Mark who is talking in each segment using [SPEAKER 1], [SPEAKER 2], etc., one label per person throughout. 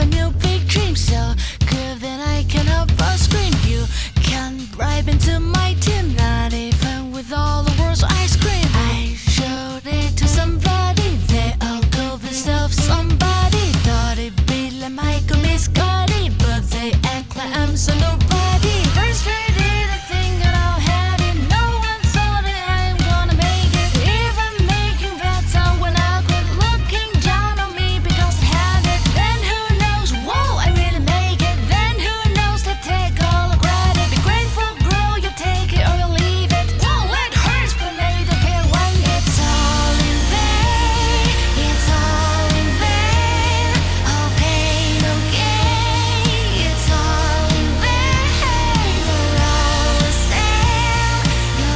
[SPEAKER 1] a new big dream so good that I can help but scream. You can't bribe into my team, not even with all the world's ice cream. I showed it to somebody, they all call themselves somebody. Thought it'd be like Michael Miscotti, but they act like I'm so nobody. First grade did I think that I'll have it. No one saw that I'm gonna make it. If I'm making bets on when I quit looking down on me because I have it. Then who knows? Whoa, I really make it. Then who knows? Let's take all the credit. Be grateful, grow, you take it or you leave it. Whoa, it hurts, but maybe they care when it's all in vain. It's all in vain. All pain, no gain. It's all in vain. You're all the same.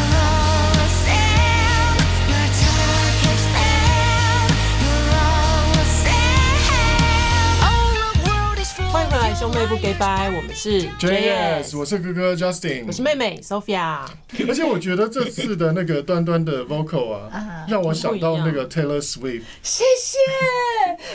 [SPEAKER 1] You're all the same. Your talk is them. You're all the same. All the world is full
[SPEAKER 2] 欢迎回来，
[SPEAKER 1] of
[SPEAKER 2] 兄妹不
[SPEAKER 1] your
[SPEAKER 2] 给掰，我们是
[SPEAKER 3] JS，我是哥哥
[SPEAKER 2] 我是
[SPEAKER 3] Justin，
[SPEAKER 2] 妹妹 Sophia。
[SPEAKER 3] 而且我觉得这次的那个端端的 vocal 啊，让我想到那个 Taylor Swift。
[SPEAKER 4] 谢谢，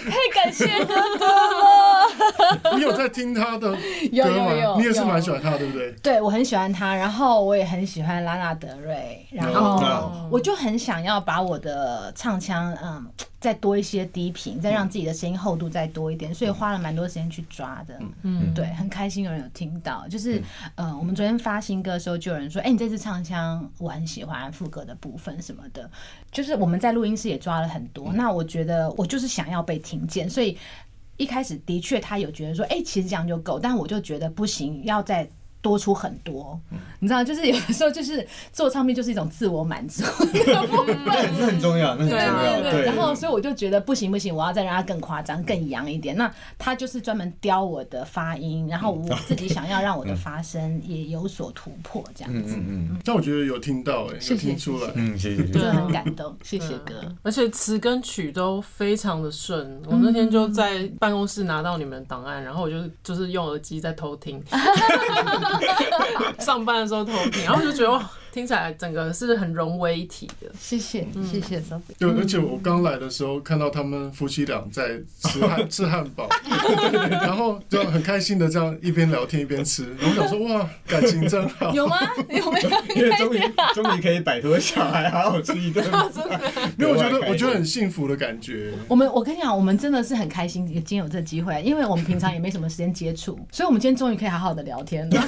[SPEAKER 4] 太感谢哥哥了。
[SPEAKER 3] 你有在听他 的
[SPEAKER 4] 有
[SPEAKER 3] 歌
[SPEAKER 4] 有有
[SPEAKER 3] 吗？你也是
[SPEAKER 4] 有
[SPEAKER 3] 蛮喜欢他，对不对？
[SPEAKER 4] 对我很喜欢他，然后我也很喜欢拉娜德瑞，然
[SPEAKER 3] 哦
[SPEAKER 4] 后我就很想要把我的唱腔，嗯，再多一些低频，再让自己的声音厚度再多一点，所以花了蛮多时间去抓的。嗯，对，很开心有人有听到，就是呃，我们昨天发新歌的时候，就有人说，哎，你这次唱腔我很喜欢副歌的部分什么的，就是我们在录音室也抓了很多。那我觉得我就是想要被听见，所以一开始的确他有觉得说，哎、其实这样就够，但我就觉得不行，要再多出很多。你知道，就是有的时候就是做唱片就是一种自我满足的部分。
[SPEAKER 5] 那那很重要，那很
[SPEAKER 4] 嗯
[SPEAKER 5] 重
[SPEAKER 4] 对
[SPEAKER 5] 要。
[SPEAKER 4] 对对，然后所以我就觉得不行不行，我要再让它更夸张、更洋一点。那他就是专门雕我的发音，然后我自己想要让我的发声也有所突破，这样子，
[SPEAKER 5] 嗯嗯
[SPEAKER 3] 但我觉得有听到，哎，有
[SPEAKER 4] 谢
[SPEAKER 3] 听出来。
[SPEAKER 5] 嗯，谢谢谢
[SPEAKER 4] 就
[SPEAKER 5] 谢。
[SPEAKER 4] 很感动。谢谢哥，
[SPEAKER 2] 而且词跟曲都非常的顺，我那天就在办公室拿到你们的档案，然后我就是就是用耳机在偷 听，上班的时候偷听，然后就觉得哇，听起来整个是很融为一体的。
[SPEAKER 4] 谢谢谢谢嗯 Sophie。
[SPEAKER 3] 对，而且我刚来的时候看到他们夫妻俩在吃 汉吃汉堡，然后就很开心的这样一边聊天一边吃，然后我想说哇，感情真好。
[SPEAKER 4] 有吗？有没有？
[SPEAKER 5] 因为终于终于可以摆脱小孩，好好吃一 顿饭。
[SPEAKER 3] 没有，我觉得我觉得很幸福的感觉。
[SPEAKER 4] 我们我跟你讲，我们真的是很开心，今天有这机会，因为我们平常也没什么时间接触，所以我们今天终于可以好好的聊天了。他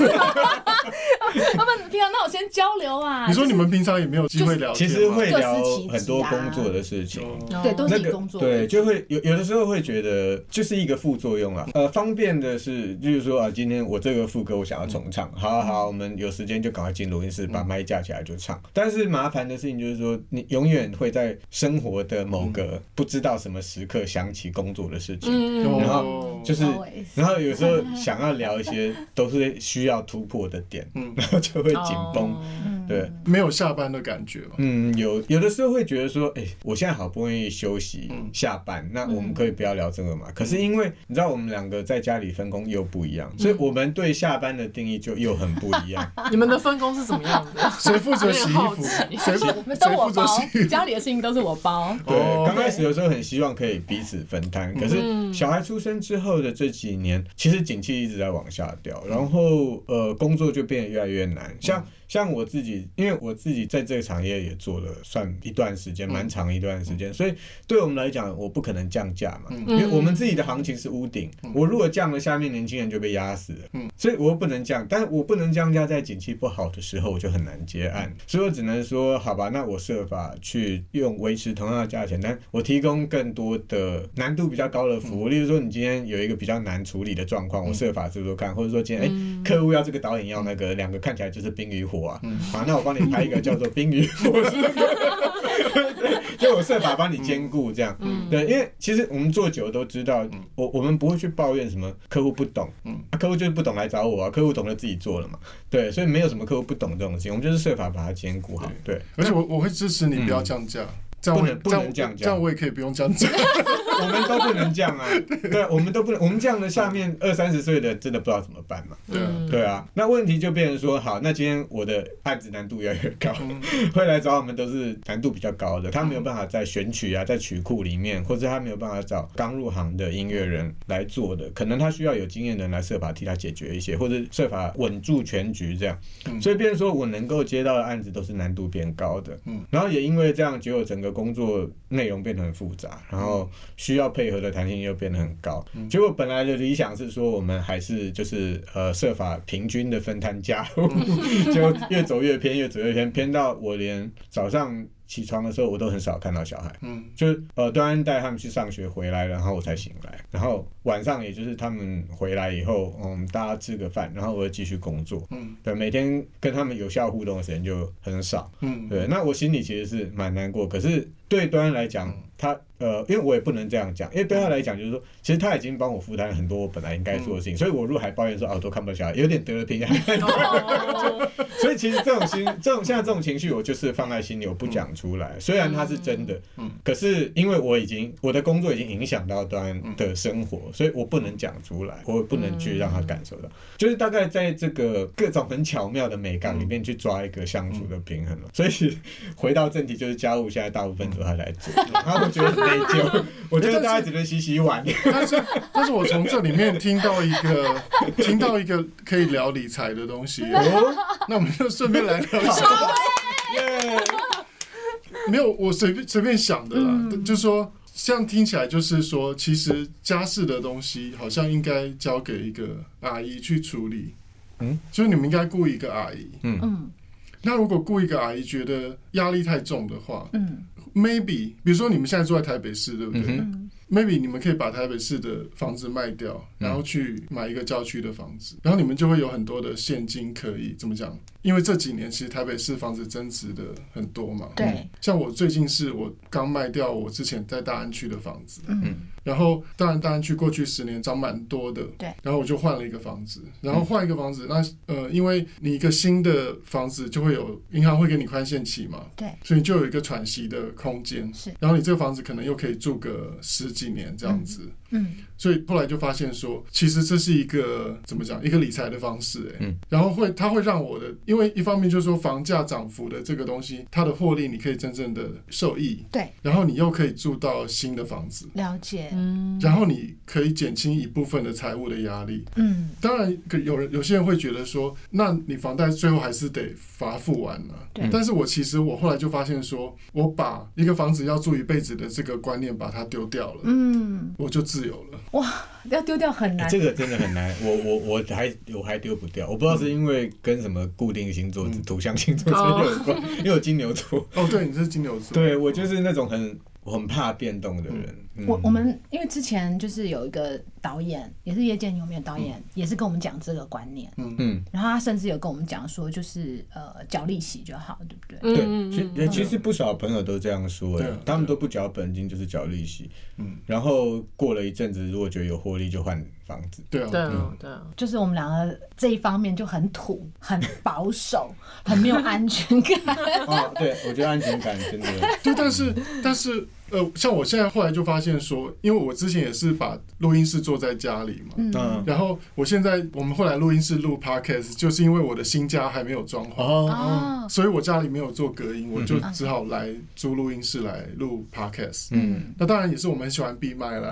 [SPEAKER 4] 们平常那我先交流啊，
[SPEAKER 3] 你说你们平常也没有机会聊
[SPEAKER 5] 其
[SPEAKER 3] 天吗？
[SPEAKER 5] 实会聊
[SPEAKER 4] 各司其职啊
[SPEAKER 5] 很多工作的事情。
[SPEAKER 3] 哦
[SPEAKER 4] 对，都是
[SPEAKER 5] 那
[SPEAKER 4] 以
[SPEAKER 5] 个
[SPEAKER 4] 工作
[SPEAKER 5] 对，
[SPEAKER 4] 为主
[SPEAKER 5] 就会有有的时候会觉得就是一个副作用啊。呃，方便的是，就是说啊，今天我这个副歌我想要重唱，
[SPEAKER 4] 嗯
[SPEAKER 5] 好好好，我们有时间就赶快进录音室把麦架起来就唱。但是麻烦的事情就是说，你永远会在生活的某
[SPEAKER 4] 嗯
[SPEAKER 5] 个不知道什么时刻想起工作的事情，
[SPEAKER 2] 嗯
[SPEAKER 3] 哦
[SPEAKER 5] 然后就是
[SPEAKER 4] Always，
[SPEAKER 5] 然后有时候想要聊一些都是需要突破的点，
[SPEAKER 3] 嗯
[SPEAKER 5] 然后就会紧绷，
[SPEAKER 2] 哦
[SPEAKER 5] 对。
[SPEAKER 3] 没有下班的感觉 嘛。
[SPEAKER 5] 嗯，有有的时候会觉得说，哎、我现在好不容易休息、
[SPEAKER 3] 嗯
[SPEAKER 5] 下班，那我们可以不要聊这个嘛？可是因为你知道，我们两个在家里分工又不一样，所以我们对下班的定义就又很不一样。
[SPEAKER 2] 你们的分工是怎么样 的？
[SPEAKER 3] 谁负责洗衣
[SPEAKER 2] 我有
[SPEAKER 3] 服？
[SPEAKER 2] 点好奇
[SPEAKER 3] 谁负
[SPEAKER 4] 我们都
[SPEAKER 3] 谁
[SPEAKER 4] 我
[SPEAKER 3] 负责
[SPEAKER 4] 包
[SPEAKER 3] 洗衣，服？
[SPEAKER 4] 家里的事情都是我包。
[SPEAKER 3] 哦
[SPEAKER 5] 对，刚开始的时候很希望可以彼此分摊，可是小孩出生之后的这几年，其实景气一直在往下掉，然后呃，工作就变得越来越难。像像我自己，因为我自己在这个产业也做了算一段时间，蛮长一段时间，所以对我们来讲，我不可能降价嘛，因为我们自己的行情是屋顶，我如果降了，下面年轻人就被压死了。所以我又不能降，但我不能降价，在景气不好的时候，我就很难接案，所以我只能说，好吧，那我设法去用维持同样的价钱，但我提供更多的难度比较高的服务，例如说，你今天有一个比较难处理的状况，我设法做做看，或者说今天哎、客户要这个导演要那个，两个看起来就是冰与火啊，好，那我帮你拍一个叫做冰与火，就我设法帮你兼顾这样，对，因为其实我们做久了都知道，我我们不会去抱怨什么客户不懂，啊客户就是不懂来找我啊，客户懂得自己做了嘛，对，所以没有什么客户不懂这种事情，我们就是设法把它兼顾好，对，
[SPEAKER 3] 而且我我会支持你不要降价，这样
[SPEAKER 5] 不
[SPEAKER 3] 我
[SPEAKER 5] 嗯能不能这样讲
[SPEAKER 3] 这样我也可以不用这样 讲。
[SPEAKER 5] 我们都不能这样啊，对，我们都不能，我们这样的下面二三十岁的真的不知道怎么办嘛，
[SPEAKER 3] 对啊，
[SPEAKER 5] 对啊，那问题就变成说，好，那今天我的案子难度越来越高，会来找我们都是难度比较高的，他没有办法在选曲啊，在曲库里面，或者他没有办法找刚入行的音乐人来做的，可能他需要有经验的人来设法替他解决一些，或者设法稳住全局这样。所以变成说我能够接到的案子都是难度变高的，
[SPEAKER 3] 嗯
[SPEAKER 5] 然后也因为这样，结果整个工作内容变得很复杂，然后需要配合的弹性又变得很高。结果本来的理想是说我们还是就是呃设法平均的分摊家务， 结果越走越偏，越走越偏，偏到我连早上起床的时候我都很少看到小孩。
[SPEAKER 3] 嗯，
[SPEAKER 5] 就是呃，端安带他们去上学回来，然后我才醒来。然后晚上，也就是他们回来以后，嗯，大家吃个饭，然后我又继续工作。
[SPEAKER 3] 嗯，
[SPEAKER 5] 对，每天跟他们有效互动的时间就很少。
[SPEAKER 3] 嗯，
[SPEAKER 5] 对，那我心里其实是蛮难过。可是对端安来讲，
[SPEAKER 3] 嗯
[SPEAKER 5] 他呃，因为我也不能这样讲，因为对他来讲就是说，其实他已经帮我负担很多我本来应该
[SPEAKER 3] 嗯
[SPEAKER 5] 做的事情，所以我如果还抱怨说啊，我都看不到小孩，有点得了偏爱。
[SPEAKER 2] 哦
[SPEAKER 5] 所以其实这种心， 这种现在这种情绪，我就是放在心里，我不讲出来。虽然它是真的，
[SPEAKER 3] 嗯
[SPEAKER 5] 可是因为我已经我的工作已经影响到端的生活，
[SPEAKER 3] 嗯
[SPEAKER 5] 所以我不能讲出来，我不能去让他感受到。就是大概在这个各种很巧妙的美感里面去抓一个相处的平衡了。
[SPEAKER 3] 嗯
[SPEAKER 5] 所以回到正题，就是家务现在大部分都他来做，然后我觉得很内疚，我觉得大家只能洗洗碗。
[SPEAKER 3] 但是但是我从这里面听到一个 听到一个可以聊理财的东西，
[SPEAKER 5] 哦，
[SPEAKER 3] 那我们就顺便来聊一下。
[SPEAKER 5] 耶！
[SPEAKER 3] 没有，我随便随便想的啦，
[SPEAKER 4] 嗯
[SPEAKER 3] 就说这样听起来就是说，其实家事的东西好像应该交给一个阿姨去处理。
[SPEAKER 5] 嗯，
[SPEAKER 3] 就是你们应该雇一个阿姨。
[SPEAKER 4] 嗯
[SPEAKER 3] 那如果雇一个阿姨觉得压力太重的话
[SPEAKER 4] 嗯
[SPEAKER 3] ，maybe，比如说你们现在住在台北市，对不对、
[SPEAKER 5] 嗯
[SPEAKER 4] 嗯
[SPEAKER 3] m a y b e 你们可以把台北市的房子卖掉，然后去买一个郊区的房子，然后你们就会有很多的现金可以怎么讲？因为这几年其实台北市房子增值的很多嘛。
[SPEAKER 4] 对，
[SPEAKER 3] 像我最近是我刚卖掉我之前在大安区的房子，
[SPEAKER 4] 嗯
[SPEAKER 3] 然后当然大安区过去十年涨蛮多的，
[SPEAKER 4] 对，
[SPEAKER 3] 然后我就换了一个房子，然后换一个房
[SPEAKER 4] 嗯
[SPEAKER 3] 子，那呃，因为你一个新的房子就会有银行会给你宽限期嘛，
[SPEAKER 4] 对，
[SPEAKER 3] 所以你就有一个喘息的空间，
[SPEAKER 4] 是，
[SPEAKER 3] 然后你这个房子可能又可以住个十几年这样子，
[SPEAKER 4] 嗯
[SPEAKER 3] 所以后来就发现说，其实这是一个怎么讲，一个理财的方式、欸，
[SPEAKER 5] 嗯
[SPEAKER 3] 然后会它会让我的，因为一方面就是说房价涨幅的这个东西，它的获利你可以真正的受益，
[SPEAKER 4] 对，
[SPEAKER 3] 然后你又可以住到新的房子，
[SPEAKER 4] 了解，
[SPEAKER 2] 嗯
[SPEAKER 3] 然后你可以减轻一部分的财务的压力。
[SPEAKER 4] 嗯
[SPEAKER 3] 当然，可有人有些人会觉得说，那你房贷最后还是得罚付完了、
[SPEAKER 4] 对
[SPEAKER 3] 但是我其实我后来就发现说，我把一个房子要住一辈子的这个观念把它丢掉了，
[SPEAKER 4] 嗯，
[SPEAKER 3] 我就自由了。
[SPEAKER 4] 要丢掉很难，
[SPEAKER 5] 这个真的很难，我我我还我还丢不掉，我不知道是因为跟什么固定星座、土象星座之类
[SPEAKER 2] 哦
[SPEAKER 5] 有关，因为我金牛座，
[SPEAKER 3] 哦，对，你是金牛座，
[SPEAKER 5] 对我就是那种很我很怕变动的人。嗯
[SPEAKER 4] 我我们因为之前就是有一个导演，也是业界很有名的导演，也是跟我们讲这个观念，
[SPEAKER 5] 嗯，
[SPEAKER 4] 然后他甚至有跟我们讲说，就是呃缴利息就好，对不对？
[SPEAKER 5] 对，
[SPEAKER 2] 嗯
[SPEAKER 5] 其也其实不少朋友都这样说
[SPEAKER 3] 对
[SPEAKER 5] 的
[SPEAKER 3] 啊，
[SPEAKER 5] 他们都不缴本金，就是缴利息。
[SPEAKER 3] 嗯
[SPEAKER 5] 然后过了一阵子，如果觉得有获利，就换房子。
[SPEAKER 3] 对啊，
[SPEAKER 2] 对啊对啊，
[SPEAKER 4] 就是我们两个这一方面就很土、很保守、很没有安全感。
[SPEAKER 5] 啊，对，我觉得安全感真的，
[SPEAKER 3] 对，但是但是呃，像我现在后来就发现说，因为我之前也是把录音室做在家里嘛，
[SPEAKER 5] 嗯，
[SPEAKER 3] 然后我现在我们后来录音室录 podcast，就是因为我的新家还没有装潢，
[SPEAKER 5] 哦，
[SPEAKER 4] 哦，
[SPEAKER 3] 所以我家里没有做隔音，我就只好来租录音室来录 podcast。
[SPEAKER 5] 嗯，
[SPEAKER 3] 那当然也是我们很喜欢闭麦啦。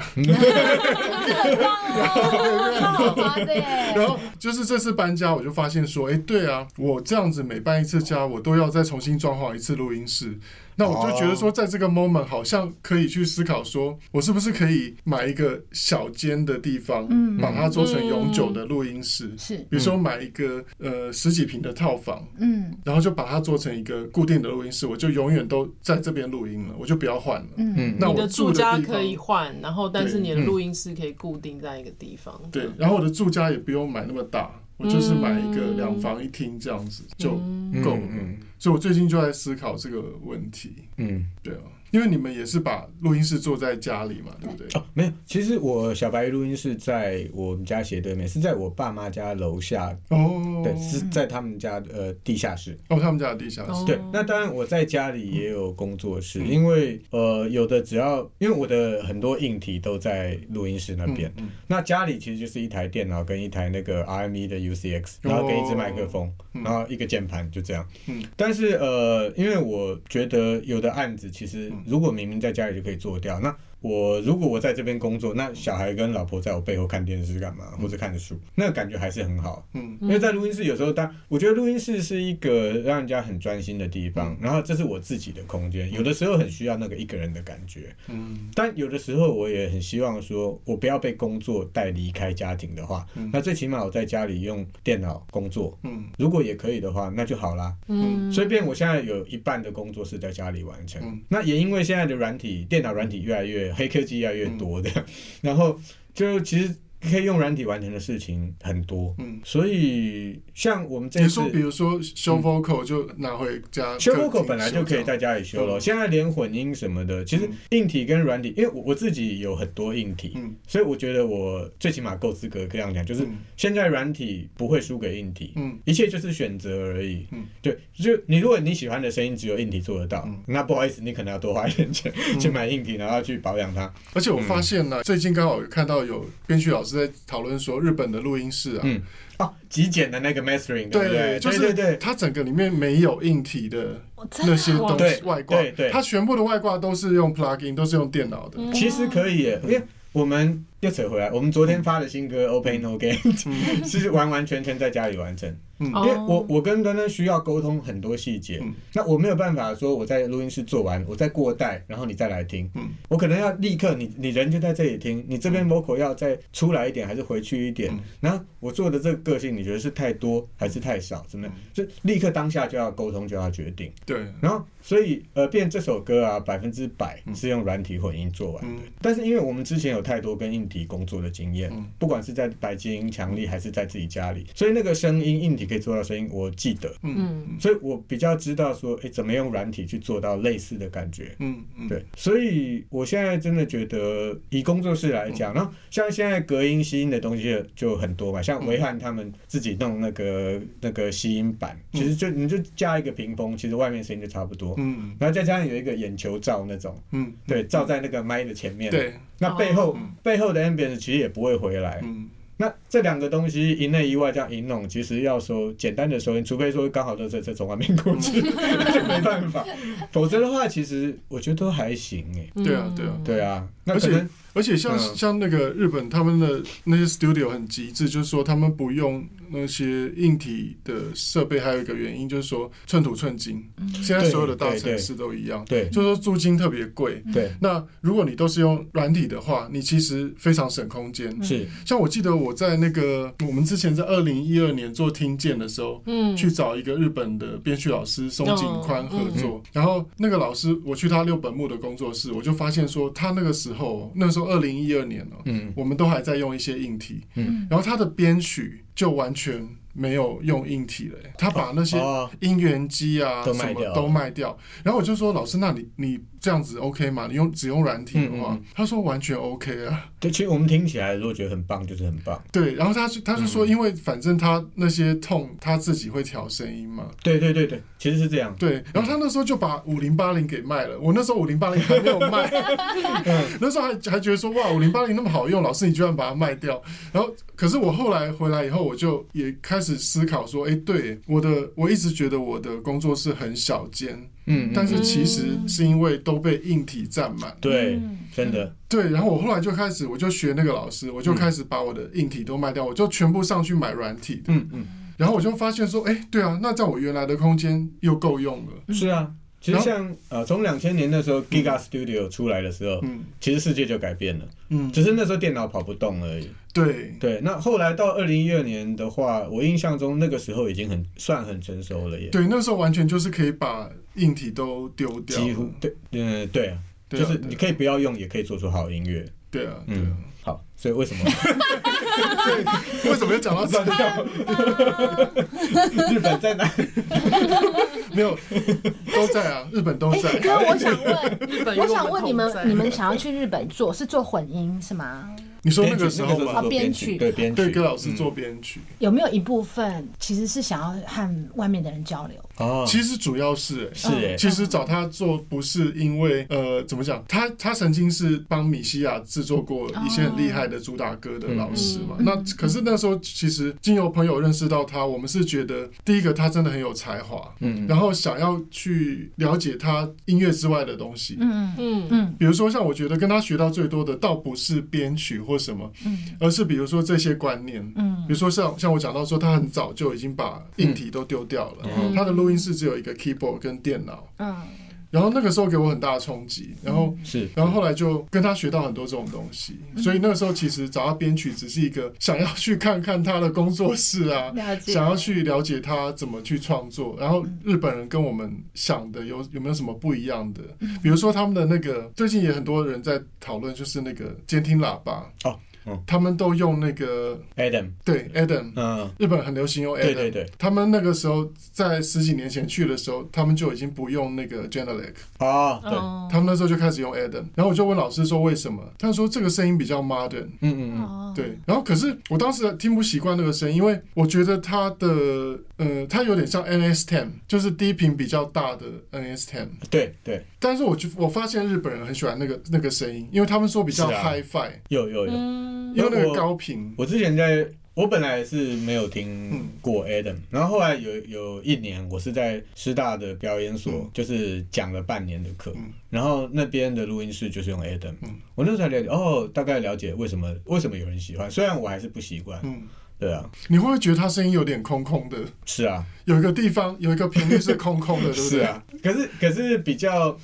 [SPEAKER 4] 超好玩的耶！
[SPEAKER 3] 然后就是这次搬家，我就发现说，哎、对啊，我这样子每搬一次家，我都要再重新装潢一次录音室。那我就觉得
[SPEAKER 5] 哦
[SPEAKER 3] 说，在这个 moment 好像可以去思考说，我是不是可以买一个小间的地方，把它做成永久的录音室。
[SPEAKER 4] 是，
[SPEAKER 3] 比如说买一个呃十几平的套房，
[SPEAKER 4] 嗯
[SPEAKER 3] 然后就把它做成一个固定的录音室，我就永远都在这边录音了，我就不要换了。
[SPEAKER 4] 嗯
[SPEAKER 3] 那
[SPEAKER 2] 你
[SPEAKER 3] 我
[SPEAKER 2] 的住
[SPEAKER 3] 住的
[SPEAKER 2] 家
[SPEAKER 3] 地
[SPEAKER 2] 可以
[SPEAKER 3] 方，
[SPEAKER 2] 换，然后但是
[SPEAKER 3] 对
[SPEAKER 2] 你的
[SPEAKER 5] 嗯
[SPEAKER 2] 录音室可以固定在一个地方。
[SPEAKER 3] 对，然后我的住家也不用买那么大，我就是买一个两房一厅这样子就
[SPEAKER 5] 嗯
[SPEAKER 3] 够了。
[SPEAKER 5] 嗯
[SPEAKER 3] 所以我最近就在思考这个问题。
[SPEAKER 5] 嗯，
[SPEAKER 3] 对啊，因为你们也是把录音室做在家里嘛，对不对？
[SPEAKER 5] 哦，没有，其实我小白录音室在我们家斜对面，是在我爸妈家楼下，
[SPEAKER 3] 哦，
[SPEAKER 5] 对，是在他们家的呃地下室。
[SPEAKER 3] 哦，他们家的地下室。
[SPEAKER 2] 哦
[SPEAKER 5] 对，那当然我在家里也有工作室，因为呃有的只要因为我的很多硬体都在录音室那边，
[SPEAKER 3] 嗯
[SPEAKER 5] 那家里其实就是一台电脑跟一台那个 RME 的 UCX，然后跟一支麦克风，
[SPEAKER 3] 哦嗯
[SPEAKER 5] 然后一个键盘，就这样。
[SPEAKER 3] 嗯
[SPEAKER 5] 但是呃，因为我觉得有的案子其实
[SPEAKER 3] 嗯
[SPEAKER 5] 如果明明在家里就可以做掉，那我如果我在这边工作，那小孩跟老婆在我背后看电视干嘛，或者看书，那个感觉还是很好。
[SPEAKER 3] 嗯
[SPEAKER 5] 因为在录音室有时候，当我觉得录音室是一个让人家很专心的地方，
[SPEAKER 3] 嗯
[SPEAKER 5] 然后这是我自己的空间，有的时候很需要那个一个人的感觉，
[SPEAKER 3] 嗯
[SPEAKER 5] 但有的时候我也很希望说，我不要被工作带离开家庭的话，那最起码我在家里用电脑工作，
[SPEAKER 3] 嗯
[SPEAKER 5] 如果也可以的话，那就好啦。
[SPEAKER 2] 嗯，
[SPEAKER 5] 随便，我现在有一半的工作是在家里完成。
[SPEAKER 3] 嗯
[SPEAKER 5] 那也因为现在的软体，电脑软体越来越黑科技越来越多
[SPEAKER 3] 嗯
[SPEAKER 5] 的， 然后就其实可以用软体完成的事情很多。
[SPEAKER 3] 嗯。
[SPEAKER 5] 所以像我们这
[SPEAKER 3] 你
[SPEAKER 5] 次
[SPEAKER 3] 说，比如说修 vocal 就拿回家，
[SPEAKER 5] 修 vocal 本来就可以在家里修
[SPEAKER 3] 嗯
[SPEAKER 5] 了，现在连混音什么的，其实
[SPEAKER 3] 嗯
[SPEAKER 5] 硬体跟软体，因为我我自己有很多硬体，
[SPEAKER 3] 嗯
[SPEAKER 5] 所以我觉得我最起码够资格这样讲，就是
[SPEAKER 3] 嗯
[SPEAKER 5] 现在软体不会输给硬体，
[SPEAKER 3] 嗯
[SPEAKER 5] 一切就是选择而已。
[SPEAKER 3] 嗯
[SPEAKER 5] 对，就你如果你喜欢的声音只有硬体做得到，
[SPEAKER 3] 嗯
[SPEAKER 5] 那不好意思，你可能要多花一点钱、 去买硬体，然后去保养它。
[SPEAKER 3] 而且我发现
[SPEAKER 5] 嗯
[SPEAKER 3] 呢、最近刚好有看到有编剧老师在讨论说，日本的录音室啊，
[SPEAKER 5] 嗯，哦，极简的那个 mastering，对不
[SPEAKER 3] 对，就
[SPEAKER 5] 对对
[SPEAKER 3] 是
[SPEAKER 5] 对。
[SPEAKER 3] 它整个里面没有硬体的那些东
[SPEAKER 5] 对
[SPEAKER 3] 西外挂
[SPEAKER 5] 对对，
[SPEAKER 3] 它全部的外挂都是用 plugin，都是用电脑的。
[SPEAKER 5] 其实可以
[SPEAKER 3] 嗯
[SPEAKER 5] 耶，因为我们又扯回来，我们昨天发的新歌《Open No Game》是 完完全全在家里完成，
[SPEAKER 3] 嗯
[SPEAKER 2] 哦
[SPEAKER 5] 因为我我跟端端需要沟通很多细节
[SPEAKER 3] 嗯，
[SPEAKER 5] 那我没有办法说我在录音室做完，我再过带，然后你再来听
[SPEAKER 3] 嗯，
[SPEAKER 5] 我可能要立刻你你人就在这里听，你这边 vocal 要再出来一点还是回去一点
[SPEAKER 3] 嗯，
[SPEAKER 5] 然后我做的这个个性你觉得是太多还是太少，怎么样？
[SPEAKER 3] 嗯
[SPEAKER 5] 就立刻当下就要沟通就要决定。
[SPEAKER 3] 对，
[SPEAKER 5] 然后，所以呃，变这首歌啊，百分之百是用软体混音做完的。
[SPEAKER 3] 嗯
[SPEAKER 5] 但是因为我们之前有太多跟硬体工作的经验，
[SPEAKER 3] 嗯
[SPEAKER 5] 不管是在白金音强力还是在自己家里，所以那个声音硬体可以做到声音，我记得，
[SPEAKER 3] 嗯
[SPEAKER 2] 嗯
[SPEAKER 5] 所以我比较知道说，诶，怎么用软体去做到类似的感觉。
[SPEAKER 3] 嗯嗯，
[SPEAKER 5] 对，所以我现在真的觉得，以工作室来
[SPEAKER 3] 嗯
[SPEAKER 5] 讲，然后像现在隔音吸音的东西就很多嘛，
[SPEAKER 3] 嗯
[SPEAKER 5] 像维汉他们自己弄那个那个吸音板，其实就你就加一个屏风，其实外面声音就差不多。
[SPEAKER 3] 嗯
[SPEAKER 5] 然后再加上有一个眼球罩那种，
[SPEAKER 3] 嗯，
[SPEAKER 5] 对，罩在那个麦的前面，，
[SPEAKER 3] 对，
[SPEAKER 5] 那背后、
[SPEAKER 3] 嗯
[SPEAKER 5] 背后的 ambience 其实也不会回来。
[SPEAKER 3] 嗯
[SPEAKER 5] 那这两个东西一内一外这样一弄，其实要收简单的收音，除非说刚好都是这啊从外面过去，那就 没办法。否则的话，其实我觉得都还行诶。
[SPEAKER 2] 嗯
[SPEAKER 3] 对啊对啊，
[SPEAKER 5] 对啊，那
[SPEAKER 3] 而
[SPEAKER 5] 可
[SPEAKER 3] 且
[SPEAKER 5] 能
[SPEAKER 3] 而且像
[SPEAKER 5] 嗯
[SPEAKER 3] 像那个日本他们的那些 studio 很极致，就是说他们不用那些硬体的设备，还有一个原因就是说寸土寸金。现在所有的大
[SPEAKER 5] 对对
[SPEAKER 3] 城
[SPEAKER 5] 对
[SPEAKER 3] 市都一样，
[SPEAKER 5] 对
[SPEAKER 3] 就是说租金特别贵。
[SPEAKER 5] 对
[SPEAKER 3] 那如果你都是用软体的话，你其实非常省空间。
[SPEAKER 5] 是
[SPEAKER 3] 像我记得我在那个我们之前在二零一二年做听见的时候，
[SPEAKER 2] 嗯
[SPEAKER 3] 去找一个日本的编剧老师松井宽合作，然后那个老师我去他六本木的工作室，我就发现说他那个时候那时候二零一二年哦、
[SPEAKER 5] 嗯
[SPEAKER 3] 我们都还在用一些硬体，
[SPEAKER 5] 嗯
[SPEAKER 3] 然后他的编曲就完全没有用硬体了、他把那些
[SPEAKER 5] 哦
[SPEAKER 3] 音源机啊
[SPEAKER 5] 都
[SPEAKER 3] 什
[SPEAKER 5] 卖
[SPEAKER 3] 么
[SPEAKER 5] 掉
[SPEAKER 3] 都卖掉，然后我就说老师，那你你这样子 OK 吗？你用只用软体的话，
[SPEAKER 5] 嗯嗯
[SPEAKER 3] 他说完全 OK 啊。
[SPEAKER 5] 对，其实我们听起来如果觉得很棒，就是很棒。
[SPEAKER 3] 对，然后他就他就
[SPEAKER 5] 嗯
[SPEAKER 3] 说，因为反正他那些痛他自己会调声音嘛，
[SPEAKER 5] 对对对对，其实是这样。
[SPEAKER 3] 对。然后他那时候就把五零八零给卖了，我那时候五零八零还没有 卖，嗯那时候还还觉得说哇，五零八零那么好用，老师你居然把它卖掉。然后可是我后来回来以后，我就也开始思考说，哎，对，我的我一直觉得我的工作室很小间，
[SPEAKER 5] 嗯，
[SPEAKER 3] 但
[SPEAKER 5] 是
[SPEAKER 3] 是其实是因为都被硬体占满。
[SPEAKER 5] 对，真的，
[SPEAKER 3] 对，然后我后来就开始，我就学那个老
[SPEAKER 5] 嗯
[SPEAKER 3] 师，我就开始把我的硬体都卖掉，我就全部上去买软体的。
[SPEAKER 5] 嗯嗯，
[SPEAKER 3] 然后我就发现说，哎、对啊，那在我原来的空间又够用了。
[SPEAKER 5] 是啊。其实像呃，从两千年那时候 Giga Studio 出来的时候，
[SPEAKER 3] 嗯
[SPEAKER 5] 其实世界就改变了，
[SPEAKER 3] 嗯，
[SPEAKER 5] 只是那时候电脑跑不动而已。
[SPEAKER 3] 对，
[SPEAKER 5] 对，那后来到二零一二年的话，我印象中那个时候已经很算很成熟了耶，
[SPEAKER 3] 对，那时候完全就是可以把硬体都丢掉了，
[SPEAKER 5] 几乎对，嗯、对啊，
[SPEAKER 3] 对啊
[SPEAKER 5] 就是
[SPEAKER 3] 对啊
[SPEAKER 5] 你可以不要用，也可以做出好音乐。嗯
[SPEAKER 3] 对啊，对啊，
[SPEAKER 5] 好，所以为 什么
[SPEAKER 3] 为什么要讲到这
[SPEAKER 5] 乱？掉？日本在哪里？
[SPEAKER 3] 没有，都在啊，日本都在。
[SPEAKER 4] 那我想问，
[SPEAKER 2] 日本与
[SPEAKER 4] 哎 我想问你们
[SPEAKER 2] 同，在
[SPEAKER 4] 你们想要去日本做是做混音是吗？
[SPEAKER 3] 你说那个时候
[SPEAKER 5] 编曲那
[SPEAKER 3] 吗
[SPEAKER 5] 做？编曲，对编曲，
[SPEAKER 3] 对，跟老师做编曲，
[SPEAKER 4] 有没有一部分其实是想要和外面的人交流？
[SPEAKER 5] 哦，
[SPEAKER 3] 其实主要是、欸。
[SPEAKER 5] 是哎，
[SPEAKER 3] 其实找他做不是因为呃怎么讲，他他曾经是帮米西亚制作过一些很厉害的主打歌的老师嘛。那可是那时候其实经由朋友认识到他，我们是觉得第一个他真的很有才华，
[SPEAKER 5] 嗯，
[SPEAKER 3] 然后想要去了解他音乐之外的东西。
[SPEAKER 4] 嗯
[SPEAKER 2] 嗯
[SPEAKER 4] 嗯
[SPEAKER 3] 比如说，像我觉得跟他学到最多的，倒不是编曲或什么，
[SPEAKER 4] 嗯
[SPEAKER 3] 而是比如说这些观念，比
[SPEAKER 4] 嗯
[SPEAKER 3] 如说像像我讲到说，他很早就已经把硬体都丢掉了，
[SPEAKER 2] 嗯
[SPEAKER 3] 他的录音室只有一个 keyboard 跟电脑，
[SPEAKER 4] 嗯，
[SPEAKER 3] 然后那个时候给我很大的冲击，
[SPEAKER 2] 嗯
[SPEAKER 3] 然后。
[SPEAKER 5] 是，
[SPEAKER 3] 嗯然后后来就跟他学到很多这种东西，
[SPEAKER 2] 嗯
[SPEAKER 3] 所以那个时候其实找他编曲只是一个想要去看看他的工作室啊，
[SPEAKER 4] 了解。
[SPEAKER 3] 想要去了解他怎么去创作，然后日本人跟我们想的有有没有什么不一样的？比如说他们的那个，最近也很多人在讨论，就是那个监听喇叭
[SPEAKER 5] 哦嗯
[SPEAKER 3] 他们都用那个
[SPEAKER 5] Adam，
[SPEAKER 3] 对 Adam，
[SPEAKER 5] 嗯，
[SPEAKER 3] 日本很流行用 Adam，
[SPEAKER 5] 对对对，
[SPEAKER 3] 他们那个时候在十几年前去的时候，他们就已经不用那个 Genelec，
[SPEAKER 5] 哦，对，
[SPEAKER 4] 哦
[SPEAKER 3] 他们那时候就开始用 Adam，然后我就问老师说为什么，他说这个声音比较 modern，
[SPEAKER 5] 嗯嗯
[SPEAKER 4] 哦
[SPEAKER 3] 对，然后可是我当时听不习惯那个声音，因为我觉得它的呃，它有点像 NS Ten，就是低频比较大的 NS Ten。
[SPEAKER 5] 嗯，对对，
[SPEAKER 3] 但是我就我发现日本人很喜欢那个那个声音，因为他们说比较
[SPEAKER 5] 是啊
[SPEAKER 3] HiFi，、
[SPEAKER 5] 有有有，
[SPEAKER 2] 嗯
[SPEAKER 3] 因为那
[SPEAKER 5] 我
[SPEAKER 3] 个高频。
[SPEAKER 5] 我之前在。我本来是没有听过 Adam，、然
[SPEAKER 3] 嗯
[SPEAKER 5] 后后来有有一年我是在师大的表演所，
[SPEAKER 3] 嗯
[SPEAKER 5] 就是讲了半年的课，
[SPEAKER 3] 嗯
[SPEAKER 5] 然后那边的录音室就是用 Adam，、
[SPEAKER 3] 嗯
[SPEAKER 5] 我那时候才了解哦，大概了解为什么为什么有人喜欢，虽然我还是不习惯，
[SPEAKER 3] 嗯，
[SPEAKER 5] 对啊，
[SPEAKER 3] 你会不会觉得它声音有点空空的？
[SPEAKER 5] 是啊，
[SPEAKER 3] 有一个地方有一个频率是空空 的，对不
[SPEAKER 5] 是
[SPEAKER 3] 对？
[SPEAKER 5] 啊，可是可是比较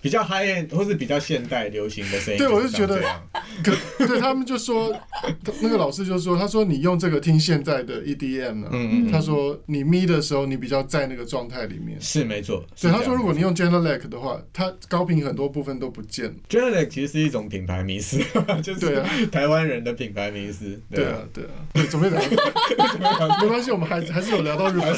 [SPEAKER 5] 比较 high end 或是比较现代流行的声音，
[SPEAKER 3] 对我
[SPEAKER 5] 是
[SPEAKER 3] 就觉得
[SPEAKER 5] 长这样
[SPEAKER 3] 可对他们就说，他那个老师就说，他说你用这个听现在的 E EDM 呢、
[SPEAKER 5] 嗯嗯
[SPEAKER 3] 啊他说你咪的时候你比较在那个状态里面。
[SPEAKER 5] 是没错，
[SPEAKER 3] 对，
[SPEAKER 5] 是
[SPEAKER 3] 他说如果你用 g e n e l a c 的话，它高频很多部分都不见了。
[SPEAKER 5] g e n e r i c 其实是一种品牌迷思， 就是
[SPEAKER 3] 对啊
[SPEAKER 5] 台湾人的品牌迷思，
[SPEAKER 3] 对
[SPEAKER 5] 啊，
[SPEAKER 3] 啊，对啊，对，准备聊，没关系，我们还还是有聊到日本。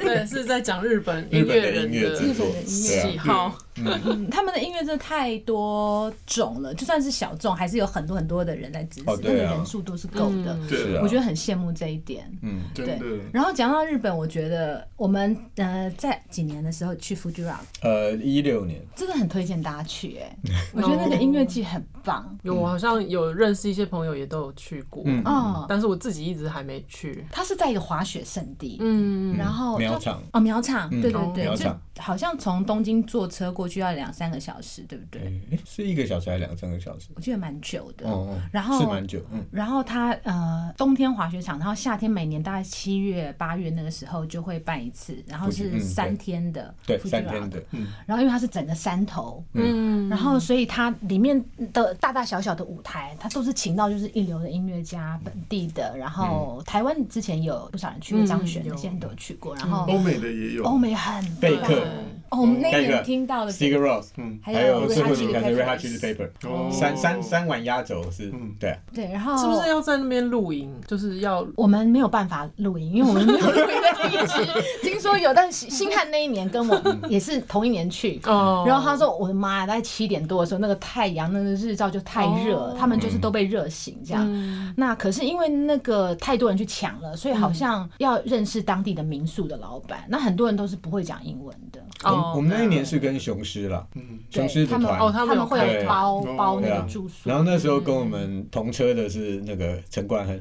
[SPEAKER 2] 对，是在讲日本
[SPEAKER 5] 日
[SPEAKER 2] 音
[SPEAKER 5] 本
[SPEAKER 2] 乐
[SPEAKER 5] 的
[SPEAKER 2] 人
[SPEAKER 5] 音乐制
[SPEAKER 2] 的
[SPEAKER 5] 作
[SPEAKER 4] 日本的，音乐
[SPEAKER 5] 对
[SPEAKER 2] 喜
[SPEAKER 5] 啊，
[SPEAKER 2] 好，
[SPEAKER 4] 嗯他们的音乐真的太多种了，就算是小众，还是有很多很多的人来支持，
[SPEAKER 5] 哦
[SPEAKER 4] 那
[SPEAKER 5] 对啊
[SPEAKER 4] 个人数都是够的。
[SPEAKER 2] 嗯
[SPEAKER 5] 是
[SPEAKER 3] 对
[SPEAKER 5] 啊
[SPEAKER 3] 啊，
[SPEAKER 4] 我觉得很羡慕这一点。
[SPEAKER 5] 嗯，
[SPEAKER 3] 真的，
[SPEAKER 4] 然后讲到日本，我觉得我们呃在几年的时候去 Fuji Rock，
[SPEAKER 5] 呃，一六年，
[SPEAKER 4] 真的很推荐大家去哎、
[SPEAKER 5] 嗯
[SPEAKER 4] 我觉得那个音乐季很棒
[SPEAKER 2] 有我好像有认识一些朋友也都有去过，
[SPEAKER 5] 嗯，
[SPEAKER 4] 哦。
[SPEAKER 2] 但是我自己一直还没去。
[SPEAKER 4] 它是在一个滑雪圣地，
[SPEAKER 2] 嗯，
[SPEAKER 4] 然后
[SPEAKER 5] 苗
[SPEAKER 4] 它
[SPEAKER 5] 场
[SPEAKER 4] 哦苗场，
[SPEAKER 5] 嗯
[SPEAKER 4] 对对
[SPEAKER 5] 苗
[SPEAKER 4] 对，就
[SPEAKER 5] 场
[SPEAKER 4] 好像从东京坐车过去要两三个小时，对不对？
[SPEAKER 5] 诶是一个小时还是两三个小时？
[SPEAKER 4] 我记得蛮久的。
[SPEAKER 5] 哦，哦
[SPEAKER 4] 然后
[SPEAKER 5] 是蛮久，嗯，
[SPEAKER 4] 然后它呃，冬天滑雪场，然后夏天每年大概七月、八月那个时候就会办一次，然后
[SPEAKER 5] 嗯对
[SPEAKER 4] 是三天的，
[SPEAKER 5] 对，
[SPEAKER 4] Fuji
[SPEAKER 5] 三天
[SPEAKER 4] Rock
[SPEAKER 5] 的，
[SPEAKER 3] 嗯
[SPEAKER 4] 然后因为它是整个山头，
[SPEAKER 2] 嗯
[SPEAKER 4] 然后所以它里面的大大小小的舞台，它都是请到就是一流的音乐家、本地的，然
[SPEAKER 5] 嗯
[SPEAKER 4] 后台湾之前有不少人去过，
[SPEAKER 2] 嗯
[SPEAKER 4] 张悬那
[SPEAKER 2] 有嗯
[SPEAKER 4] 些人都有去过，然后
[SPEAKER 3] 欧美的也有，
[SPEAKER 4] 欧美很
[SPEAKER 5] 贝
[SPEAKER 4] 棒
[SPEAKER 5] 克
[SPEAKER 4] 哦，我们那
[SPEAKER 5] 贝克
[SPEAKER 4] 年听到的
[SPEAKER 5] s i g a r Rose，
[SPEAKER 3] 嗯
[SPEAKER 4] 还
[SPEAKER 5] 还
[SPEAKER 4] 有
[SPEAKER 5] 有
[SPEAKER 4] Red
[SPEAKER 5] 最后
[SPEAKER 4] Hot
[SPEAKER 5] 你
[SPEAKER 4] Chili
[SPEAKER 5] 看的 Red Hot
[SPEAKER 4] Peppers
[SPEAKER 5] Chili Pepper，
[SPEAKER 3] 哦嗯
[SPEAKER 5] 三三三碗压轴是，对啊，
[SPEAKER 4] 对，然后
[SPEAKER 2] 嗯是不是要在那边露营？就是要
[SPEAKER 4] 我们没有办法录音，因为 我们没有录音的地址。听说有，但是星汉那一年跟
[SPEAKER 5] 嗯
[SPEAKER 4] 我也是同一年去。
[SPEAKER 2] 哦，
[SPEAKER 4] 然后他说：“我的妈呀！大概七点多的时候，那个太阳、那个日照就太热了，
[SPEAKER 2] 哦
[SPEAKER 4] 他们就是
[SPEAKER 5] 嗯
[SPEAKER 4] 都被热醒这样。
[SPEAKER 2] 嗯
[SPEAKER 4] 那可是因为那个太多人去抢了，所以好像要认识当地的民宿的老板。那很多人都是不会讲英文的，
[SPEAKER 5] 我们
[SPEAKER 2] 哦
[SPEAKER 5] 我们那一年是跟雄狮啦，
[SPEAKER 3] 嗯，
[SPEAKER 5] 雄
[SPEAKER 4] 对
[SPEAKER 5] 狮的
[SPEAKER 4] 他们
[SPEAKER 5] 团，
[SPEAKER 2] 哦他
[SPEAKER 4] 他
[SPEAKER 2] 们有
[SPEAKER 4] 们会
[SPEAKER 5] 对
[SPEAKER 4] 有包
[SPEAKER 3] 哦
[SPEAKER 4] 包那
[SPEAKER 5] 对
[SPEAKER 4] 个
[SPEAKER 5] 啊
[SPEAKER 4] 住宿。
[SPEAKER 5] 然后那时候跟我们同车的是那个陈冠亨，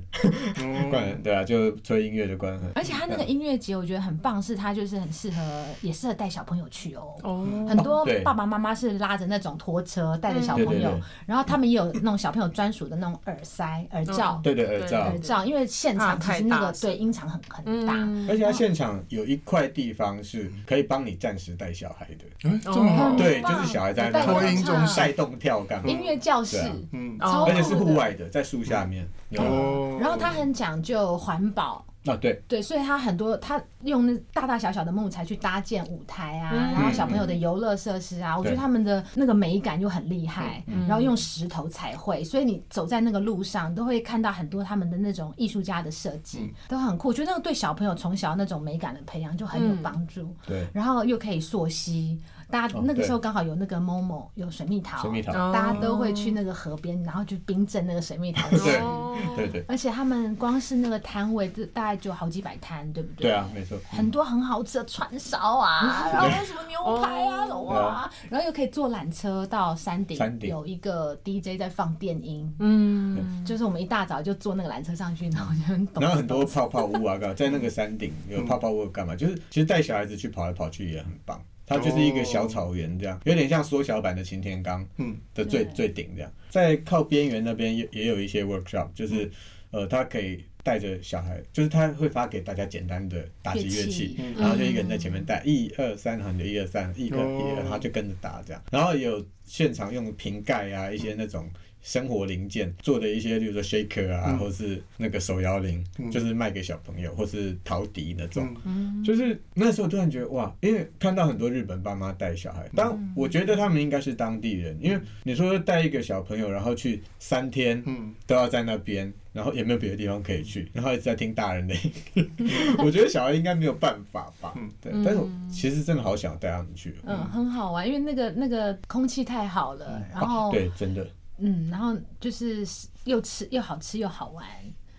[SPEAKER 3] 嗯
[SPEAKER 5] 冠亨对啊，就吹音乐的冠亨。
[SPEAKER 4] 而且他那个音乐节我觉得很棒，是他就是很适合，也适合带小朋友去哦。
[SPEAKER 2] 哦，
[SPEAKER 4] 很多
[SPEAKER 5] 对
[SPEAKER 4] 爸爸妈妈是拉着那种拖车带着小朋
[SPEAKER 5] 对对
[SPEAKER 4] 友
[SPEAKER 5] 对，
[SPEAKER 4] 然后他们也有那种小朋友专属的那种耳塞、耳罩、
[SPEAKER 5] 嗯对对呃耳罩
[SPEAKER 4] 耳，罩，因为现
[SPEAKER 2] 怕
[SPEAKER 4] 场其
[SPEAKER 2] 太
[SPEAKER 4] 实那
[SPEAKER 2] 大
[SPEAKER 4] 个
[SPEAKER 2] 声
[SPEAKER 4] 对音场很很大。
[SPEAKER 2] 嗯，
[SPEAKER 5] 而且他现场有一块地方是可以帮你暂时带小孩的，
[SPEAKER 3] 哎，这么
[SPEAKER 2] 哦
[SPEAKER 3] 好，
[SPEAKER 5] 对，
[SPEAKER 4] 很棒
[SPEAKER 5] 就是小孩在
[SPEAKER 4] 带
[SPEAKER 5] 那
[SPEAKER 4] 小
[SPEAKER 3] 托
[SPEAKER 4] 朋友
[SPEAKER 3] 音中
[SPEAKER 4] 唱
[SPEAKER 3] 心
[SPEAKER 5] 带动跳杠，
[SPEAKER 4] 音乐教室
[SPEAKER 5] 对啊，
[SPEAKER 3] 嗯，
[SPEAKER 4] 超
[SPEAKER 5] 而且是
[SPEAKER 4] 酷
[SPEAKER 5] 户
[SPEAKER 4] 的。
[SPEAKER 5] 啊外的，在树下面。有没有
[SPEAKER 3] 哦，
[SPEAKER 4] 然后他很讲究环保，
[SPEAKER 5] 啊，对，
[SPEAKER 4] 对，所以他很多他用那大大小小的木材去搭建舞台啊，
[SPEAKER 2] 嗯
[SPEAKER 4] 然后小朋友的游乐设施啊，我觉得
[SPEAKER 5] 对嗯
[SPEAKER 4] 他们的那个美感又很厉害，然后用石头彩绘，所以你走在那个路上都会看到很多他们的那种艺术家的设计，
[SPEAKER 5] 嗯
[SPEAKER 4] 都很酷。我觉得那个对小朋友从小那种美感的培养就很有帮助，
[SPEAKER 5] 对，
[SPEAKER 4] 然后又可以溯溪。大家
[SPEAKER 5] 嗯哦
[SPEAKER 4] 那个
[SPEAKER 5] 对
[SPEAKER 4] 时候刚好有那个 MOMO 有水蜜桃，
[SPEAKER 5] 水蜜桃，
[SPEAKER 2] 哦
[SPEAKER 4] 大家都会去那个河边，然后去冰镇那个水蜜桃汁。
[SPEAKER 5] 对
[SPEAKER 2] 哦
[SPEAKER 5] 对对
[SPEAKER 4] 而且他们光是那个摊位，就大概就好几百摊，对不对？
[SPEAKER 5] 对。啊，没错，
[SPEAKER 4] 很多很好吃的串烧啊，然后什么牛排 啊，什么啊，然后又可以坐缆车到山顶，
[SPEAKER 5] 山顶
[SPEAKER 4] 有一个 DJ 在放电音，
[SPEAKER 2] 嗯，
[SPEAKER 4] 就是我们一大早就坐那个缆车上去，然后就很懂。
[SPEAKER 5] 然后很多泡泡屋啊，干嘛在那个山顶有泡泡屋干嘛？就是其实带小孩子去跑来跑去也很棒，它就是一个小草原这样，有点像缩小版的擎天岗
[SPEAKER 3] 嗯
[SPEAKER 5] 的最
[SPEAKER 4] 对
[SPEAKER 5] 最顶这样。在靠边缘那边也也有一些 workshop，就是呃，他可以带着小孩，就是他会发给大家简单的打击乐
[SPEAKER 4] 乐
[SPEAKER 5] 器
[SPEAKER 4] 器，
[SPEAKER 5] 然后就一个人在前面带一二三，然后你就一二三，一二
[SPEAKER 3] 哦
[SPEAKER 5] 一二，然后就跟着打这样。然后也有现场用瓶盖啊，一些那种。生活零件做的一些，比如说 shaker 啊，
[SPEAKER 3] 嗯
[SPEAKER 5] 或是那个手摇铃，就是卖给小朋友，或是陶笛那种。
[SPEAKER 3] 嗯
[SPEAKER 5] 就是那时候突然觉得哇，因为看到很多日本爸妈带小孩，但我觉得他们应该是当地人，因为你说带一个小朋友，然后去三天
[SPEAKER 3] 嗯，
[SPEAKER 5] 都要在那边，然后也没有别的地方可以去，然后一直在听大人的音 乐，我觉得小孩应该没有办法吧
[SPEAKER 3] 嗯。
[SPEAKER 5] 对，但是我其实真的好想带他们去。哦
[SPEAKER 4] 嗯，很好玩，因为那个那个空气太好了，然
[SPEAKER 5] 啊
[SPEAKER 4] 后
[SPEAKER 5] 对，真的
[SPEAKER 4] 嗯，然后就是又吃又好吃又好玩，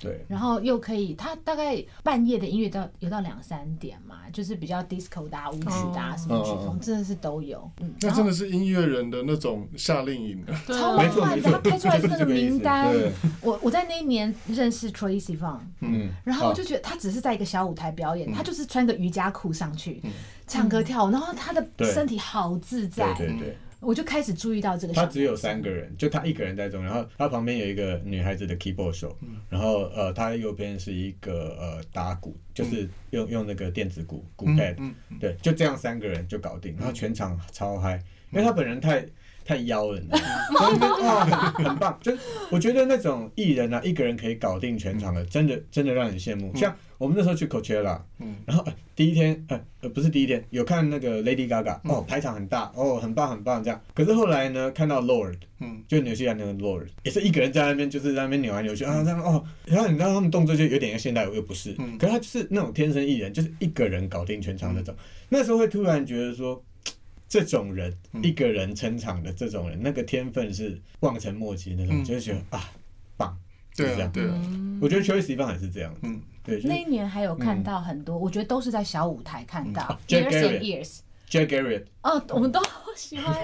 [SPEAKER 5] 对。
[SPEAKER 4] 然后又可以，它大概半夜的音乐到有到两三点嘛，就是比较 disco 的、啊、舞曲的、啊、什么曲
[SPEAKER 5] 嗯嗯
[SPEAKER 4] 风，真的是都有。嗯，
[SPEAKER 3] 那
[SPEAKER 4] 然
[SPEAKER 3] 真
[SPEAKER 4] 后
[SPEAKER 3] 的是音乐人的那种夏令营，
[SPEAKER 2] 对啊
[SPEAKER 4] 超
[SPEAKER 5] 没
[SPEAKER 4] 梦
[SPEAKER 5] 错
[SPEAKER 4] 幻的，
[SPEAKER 5] 没错
[SPEAKER 4] 他开出来
[SPEAKER 5] 就是
[SPEAKER 4] 那个
[SPEAKER 5] 这个意思
[SPEAKER 4] 名单
[SPEAKER 5] 对。
[SPEAKER 4] 我我在那一年认识 Tracy Von，
[SPEAKER 5] 嗯，
[SPEAKER 4] 然后我
[SPEAKER 5] 好
[SPEAKER 4] 就觉得他只是在一个小舞台表
[SPEAKER 5] 嗯
[SPEAKER 4] 演，他就是穿个瑜伽裤上去唱歌跳舞，然后他的
[SPEAKER 5] 对
[SPEAKER 4] 身体好自在嗯
[SPEAKER 5] 对，对对，
[SPEAKER 4] 我就开始注意到这个小
[SPEAKER 5] 他
[SPEAKER 4] 孩。
[SPEAKER 5] 只有三个人，就他一个人在中，然后他旁边有一个女孩子的 keyboard 手，
[SPEAKER 4] 嗯
[SPEAKER 5] 然后呃，他右边是一个呃打鼓，
[SPEAKER 4] 嗯
[SPEAKER 5] 就是用用那个电子鼓鼓
[SPEAKER 3] 嗯
[SPEAKER 5] pad，对，就这样三个人就搞定，然后全场超
[SPEAKER 4] 嗯
[SPEAKER 5] 嗨，因为他本人太。太妖了，你知道吗所以就哇，很很棒！就是我觉得那种艺人啊，一个人可以搞定全场
[SPEAKER 4] 嗯
[SPEAKER 5] 的，真的真的让人羡慕。像我们那时候去 Coachella，然后、呃、第一天，呃呃，不是第一天，有看那个 Lady Gaga，哦，
[SPEAKER 3] 嗯
[SPEAKER 5] 排场很大，哦，很棒很棒这样。可是后来呢，看到 Lord，
[SPEAKER 3] 嗯，
[SPEAKER 5] 就纽西兰那个 Lord，也是一个人在那边，就是在那边扭来扭去啊，这样哦。然后你知道他们动作就有点像现代舞，又不是，
[SPEAKER 3] 嗯
[SPEAKER 5] 可是他就是那种天生艺人，就是一个人搞定全场那
[SPEAKER 3] 嗯
[SPEAKER 5] 种。那时候会突然觉得说。嘖这种人、
[SPEAKER 3] 嗯
[SPEAKER 5] 一个人撑场的这种人，那个天分是望尘莫及那种，
[SPEAKER 3] 嗯
[SPEAKER 5] 就是觉得啊，棒。
[SPEAKER 3] 对
[SPEAKER 5] 是
[SPEAKER 3] 啊
[SPEAKER 5] 这样，
[SPEAKER 3] 对
[SPEAKER 4] 嗯
[SPEAKER 3] 啊，
[SPEAKER 5] 我觉得 Tracy 方也是这样，
[SPEAKER 3] 嗯
[SPEAKER 5] 嗯，对，就是嗯
[SPEAKER 4] 那一年还有看到很多，我觉得都是在小舞台看到
[SPEAKER 5] 啊
[SPEAKER 4] Years
[SPEAKER 5] Jack
[SPEAKER 4] and
[SPEAKER 5] Garrett
[SPEAKER 4] Years。
[SPEAKER 5] Jack Garrett，
[SPEAKER 4] 哦，我们都好喜 欢，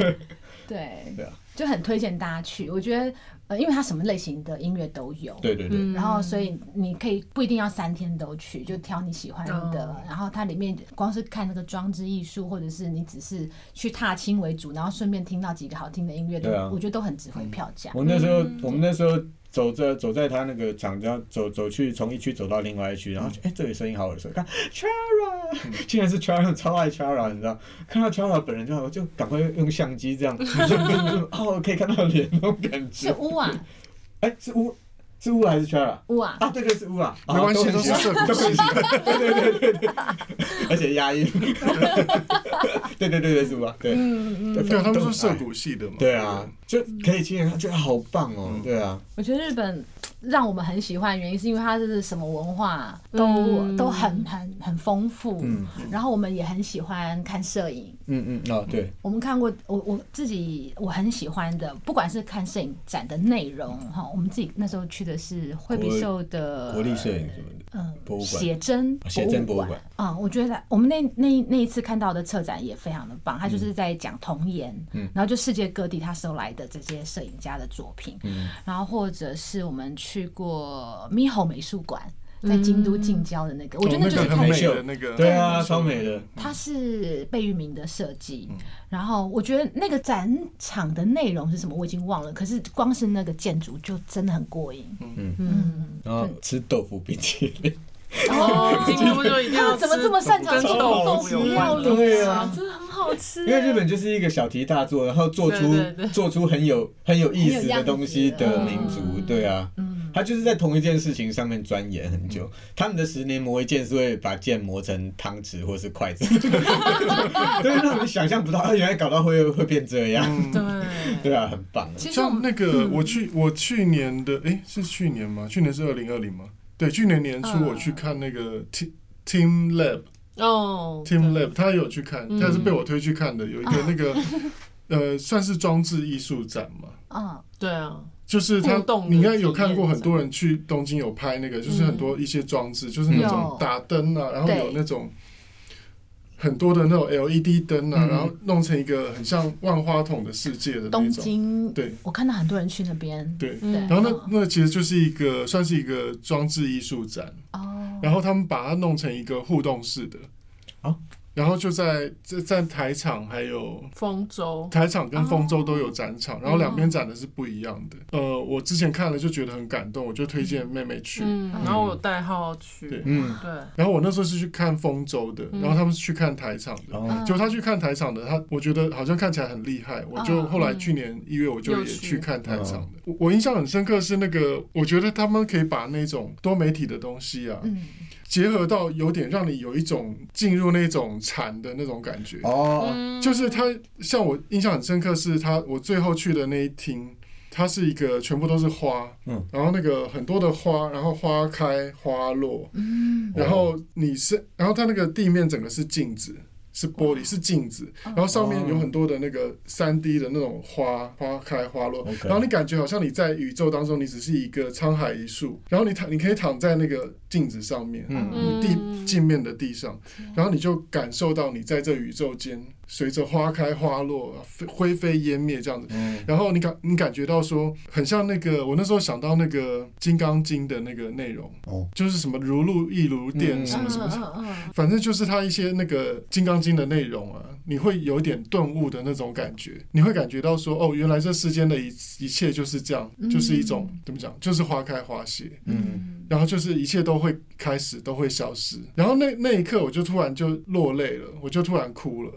[SPEAKER 4] 对，
[SPEAKER 5] 对啊，
[SPEAKER 4] 就很推荐大家去。我觉得，呃，因为它什么类型的音乐都有，
[SPEAKER 5] 对对
[SPEAKER 2] 嗯
[SPEAKER 5] 对，
[SPEAKER 4] 嗯然后所以你可以不一定要三天都去，就挑你喜欢的。然后它里面光是看那个装置艺术，或者是你只是去踏青为主，然后顺便听到几个好听的音乐，都
[SPEAKER 5] 对啊
[SPEAKER 4] 我觉得都很值回票价。
[SPEAKER 5] 我那时候，我们那时候走着走在他那个厂家走走去，从一区走到另外一区，然后哎、诶这里声音好耳熟，看 Chara，竟然是 Chara，超爱 Chara，你知道？看到 Chara 本人之后，我就赶快用相机这样，就就哦，可以看到脸那种感
[SPEAKER 4] 是
[SPEAKER 5] 觉。
[SPEAKER 4] 乌 啊
[SPEAKER 5] 哎、是乌，是乌还是 Chara？
[SPEAKER 4] 乌啊，
[SPEAKER 5] 啊，对对是乌啊，啊
[SPEAKER 3] 没关系
[SPEAKER 5] 都很喜欢
[SPEAKER 3] 都是
[SPEAKER 5] 都很喜欢，对对对对对，而且押韵，对对对对是乌啊，对，嗯嗯，
[SPEAKER 3] 对啊，他们
[SPEAKER 5] 都
[SPEAKER 3] 说
[SPEAKER 5] 很
[SPEAKER 3] 涉
[SPEAKER 5] 爱
[SPEAKER 3] 谷系的嘛，
[SPEAKER 5] 对啊，就可以亲眼看，觉得好棒哦！对啊，
[SPEAKER 4] 我觉得日本让我们很喜欢，原因是因为它是什么文化都、
[SPEAKER 2] 嗯
[SPEAKER 4] 都很很很丰富，
[SPEAKER 5] 嗯
[SPEAKER 4] 然后我们也很喜欢看摄影。
[SPEAKER 5] 嗯嗯，哦，对，
[SPEAKER 4] 我们看过，我我自己我很喜欢的，不管是看摄影展的内容哈，我们自己那时候去的是惠比寿的
[SPEAKER 5] 国立摄影什么的，
[SPEAKER 4] 嗯
[SPEAKER 5] 博物馆
[SPEAKER 4] 写真
[SPEAKER 5] 啊写真博物
[SPEAKER 4] 物
[SPEAKER 5] 馆
[SPEAKER 4] 啊、嗯，我觉得我们那那那一次看到的策展也非常的棒，他就是在讲童颜，嗯，然后就世界各地他收来的这些摄影家的作品，嗯，然后或者是我们去过咪吼美术馆，在京都近郊的那个，我觉得那
[SPEAKER 3] 哦
[SPEAKER 4] 就是
[SPEAKER 3] 那个
[SPEAKER 4] 看
[SPEAKER 3] 很
[SPEAKER 5] 美
[SPEAKER 3] 美
[SPEAKER 5] 秀
[SPEAKER 3] 的那个，
[SPEAKER 5] 对啊，超美的，
[SPEAKER 4] 它是贝聿铭的设计，
[SPEAKER 3] 嗯
[SPEAKER 4] 然后我觉得那个展场的内容是什么我已经忘了，可是光是那个建筑就真的很过瘾。
[SPEAKER 3] 嗯
[SPEAKER 4] 嗯
[SPEAKER 5] 然后吃豆腐冰淇淋，
[SPEAKER 2] 哦，京都就一定
[SPEAKER 4] 他
[SPEAKER 2] 要
[SPEAKER 4] 们
[SPEAKER 2] 吃
[SPEAKER 4] 哎怎么这么擅长
[SPEAKER 2] 跟
[SPEAKER 4] 做
[SPEAKER 2] 豆
[SPEAKER 4] 豆
[SPEAKER 2] 腐
[SPEAKER 4] 腐
[SPEAKER 2] 有
[SPEAKER 4] 料
[SPEAKER 2] 关
[SPEAKER 4] 理？
[SPEAKER 2] 的
[SPEAKER 5] 对啊
[SPEAKER 4] 真的很好吃耶。
[SPEAKER 5] 因为日本就是一个小题大做，然后做出
[SPEAKER 2] 对对对
[SPEAKER 5] 做出很有很有意思的东
[SPEAKER 4] 很
[SPEAKER 5] 西
[SPEAKER 4] 有
[SPEAKER 5] 的
[SPEAKER 4] 样子
[SPEAKER 5] 民族，对啊，嗯，他就是在同一件事情上面钻研很久。他们的十年磨一剑是会把剑磨成汤匙或是筷子， 对，让我们想象不到，啊原来搞到会会变这
[SPEAKER 3] 嗯
[SPEAKER 5] 样，
[SPEAKER 2] 对，
[SPEAKER 5] 对啊，很棒。
[SPEAKER 4] 其实我
[SPEAKER 3] 像
[SPEAKER 4] 们嗯
[SPEAKER 3] 那个我去我去年的诶，是去年吗？去年是二零二零吗？对，去年年初
[SPEAKER 4] 嗯
[SPEAKER 3] 我去看那个 Team Team Lab
[SPEAKER 2] 哦
[SPEAKER 3] Team Lab，他有去看，
[SPEAKER 2] 嗯
[SPEAKER 3] 他是被我推去看的，有一个那个 呃算是装置艺术展嘛。
[SPEAKER 4] 嗯
[SPEAKER 2] 对啊，
[SPEAKER 3] 就是他
[SPEAKER 2] 互动，的
[SPEAKER 3] 你应该有看
[SPEAKER 2] 体验
[SPEAKER 3] 过
[SPEAKER 2] 展
[SPEAKER 3] 很多人去东京有拍那个，就是很多一些装
[SPEAKER 2] 嗯
[SPEAKER 3] 置，就是那种
[SPEAKER 4] 有
[SPEAKER 3] 打灯啊，然后
[SPEAKER 4] 对
[SPEAKER 3] 有那种很多的那种 LED 灯啊，
[SPEAKER 5] 嗯
[SPEAKER 3] 然后弄成一个很像万花筒的世界的那
[SPEAKER 4] 东
[SPEAKER 3] 种。
[SPEAKER 4] 京，
[SPEAKER 3] 对
[SPEAKER 4] 我看到很多人去那边
[SPEAKER 3] 对，
[SPEAKER 2] 嗯
[SPEAKER 4] 对
[SPEAKER 3] 然后那那其实就是一个算是一个装置艺术展，
[SPEAKER 2] 嗯
[SPEAKER 4] 哦，
[SPEAKER 3] 然后他们把它弄成一个互动式的
[SPEAKER 5] 哦，
[SPEAKER 3] 然后就在在在台场还有
[SPEAKER 2] 丰州，
[SPEAKER 3] 台场跟丰州都有展场，然后两边展的是不一样的。呃，我之前看了就觉得很感动，我就推荐妹妹去。
[SPEAKER 2] 嗯，然后我有代号去，
[SPEAKER 3] 对
[SPEAKER 5] 嗯，
[SPEAKER 2] 对，
[SPEAKER 3] 然后我那时候是去看丰州的，
[SPEAKER 2] 嗯
[SPEAKER 3] 然后他们是去看台场的。
[SPEAKER 4] 嗯
[SPEAKER 5] 哦，
[SPEAKER 3] 嗯就他去看台场的，他我觉得好像看起来很厉害，我就后来去年一月我就
[SPEAKER 2] 又
[SPEAKER 3] 也
[SPEAKER 2] 去
[SPEAKER 3] 去看台场的。我我印象很深刻是那个，我觉得他们可以把那种多媒体的东西啊，
[SPEAKER 4] 嗯，
[SPEAKER 3] 结合到有点让你有一种进入那种禅的那种感觉。
[SPEAKER 5] 哦，
[SPEAKER 2] 嗯
[SPEAKER 4] 嗯
[SPEAKER 3] 就是他像我印象很深刻是他我最后去的那一厅，它是一个全部都是花，
[SPEAKER 5] 嗯
[SPEAKER 3] 然后那个很多的花，然后花开花落，
[SPEAKER 4] 嗯
[SPEAKER 3] 然后你是，然后它那个地面整个是镜子。是玻璃，是镜子，然后上面有很多的那个三 D 的那种花，花开花落
[SPEAKER 5] OK
[SPEAKER 3] 然后你感觉好像你在宇宙当中，你只是一个沧海一粟，然后你躺，你可以躺在那个镜子上面，
[SPEAKER 5] 嗯
[SPEAKER 3] 你
[SPEAKER 2] 嗯
[SPEAKER 3] 地镜面的地上，然后你就感受到你在这宇宙间，随着花开花落，飞灰飞烟灭这样子。
[SPEAKER 5] 嗯，
[SPEAKER 3] 然后你感你感觉到说，很像那个我那时候想到那个《金刚经》的那个内容，
[SPEAKER 5] 哦，
[SPEAKER 3] 就是什么如露亦如电
[SPEAKER 5] 嗯
[SPEAKER 3] 什么什么，
[SPEAKER 4] 嗯嗯
[SPEAKER 3] 反正就是它一些那个《金刚经》的内容啊，你会有点顿悟的那种感觉，你会感觉到说，哦，原来这世间的一一切就是这样，
[SPEAKER 4] 嗯
[SPEAKER 3] 就是一种怎么讲，就是花开花谢。
[SPEAKER 5] 嗯，
[SPEAKER 3] 然后就是一切都会开始，都会消失。然后那那一刻，我就突然就落泪了，我就突然哭了，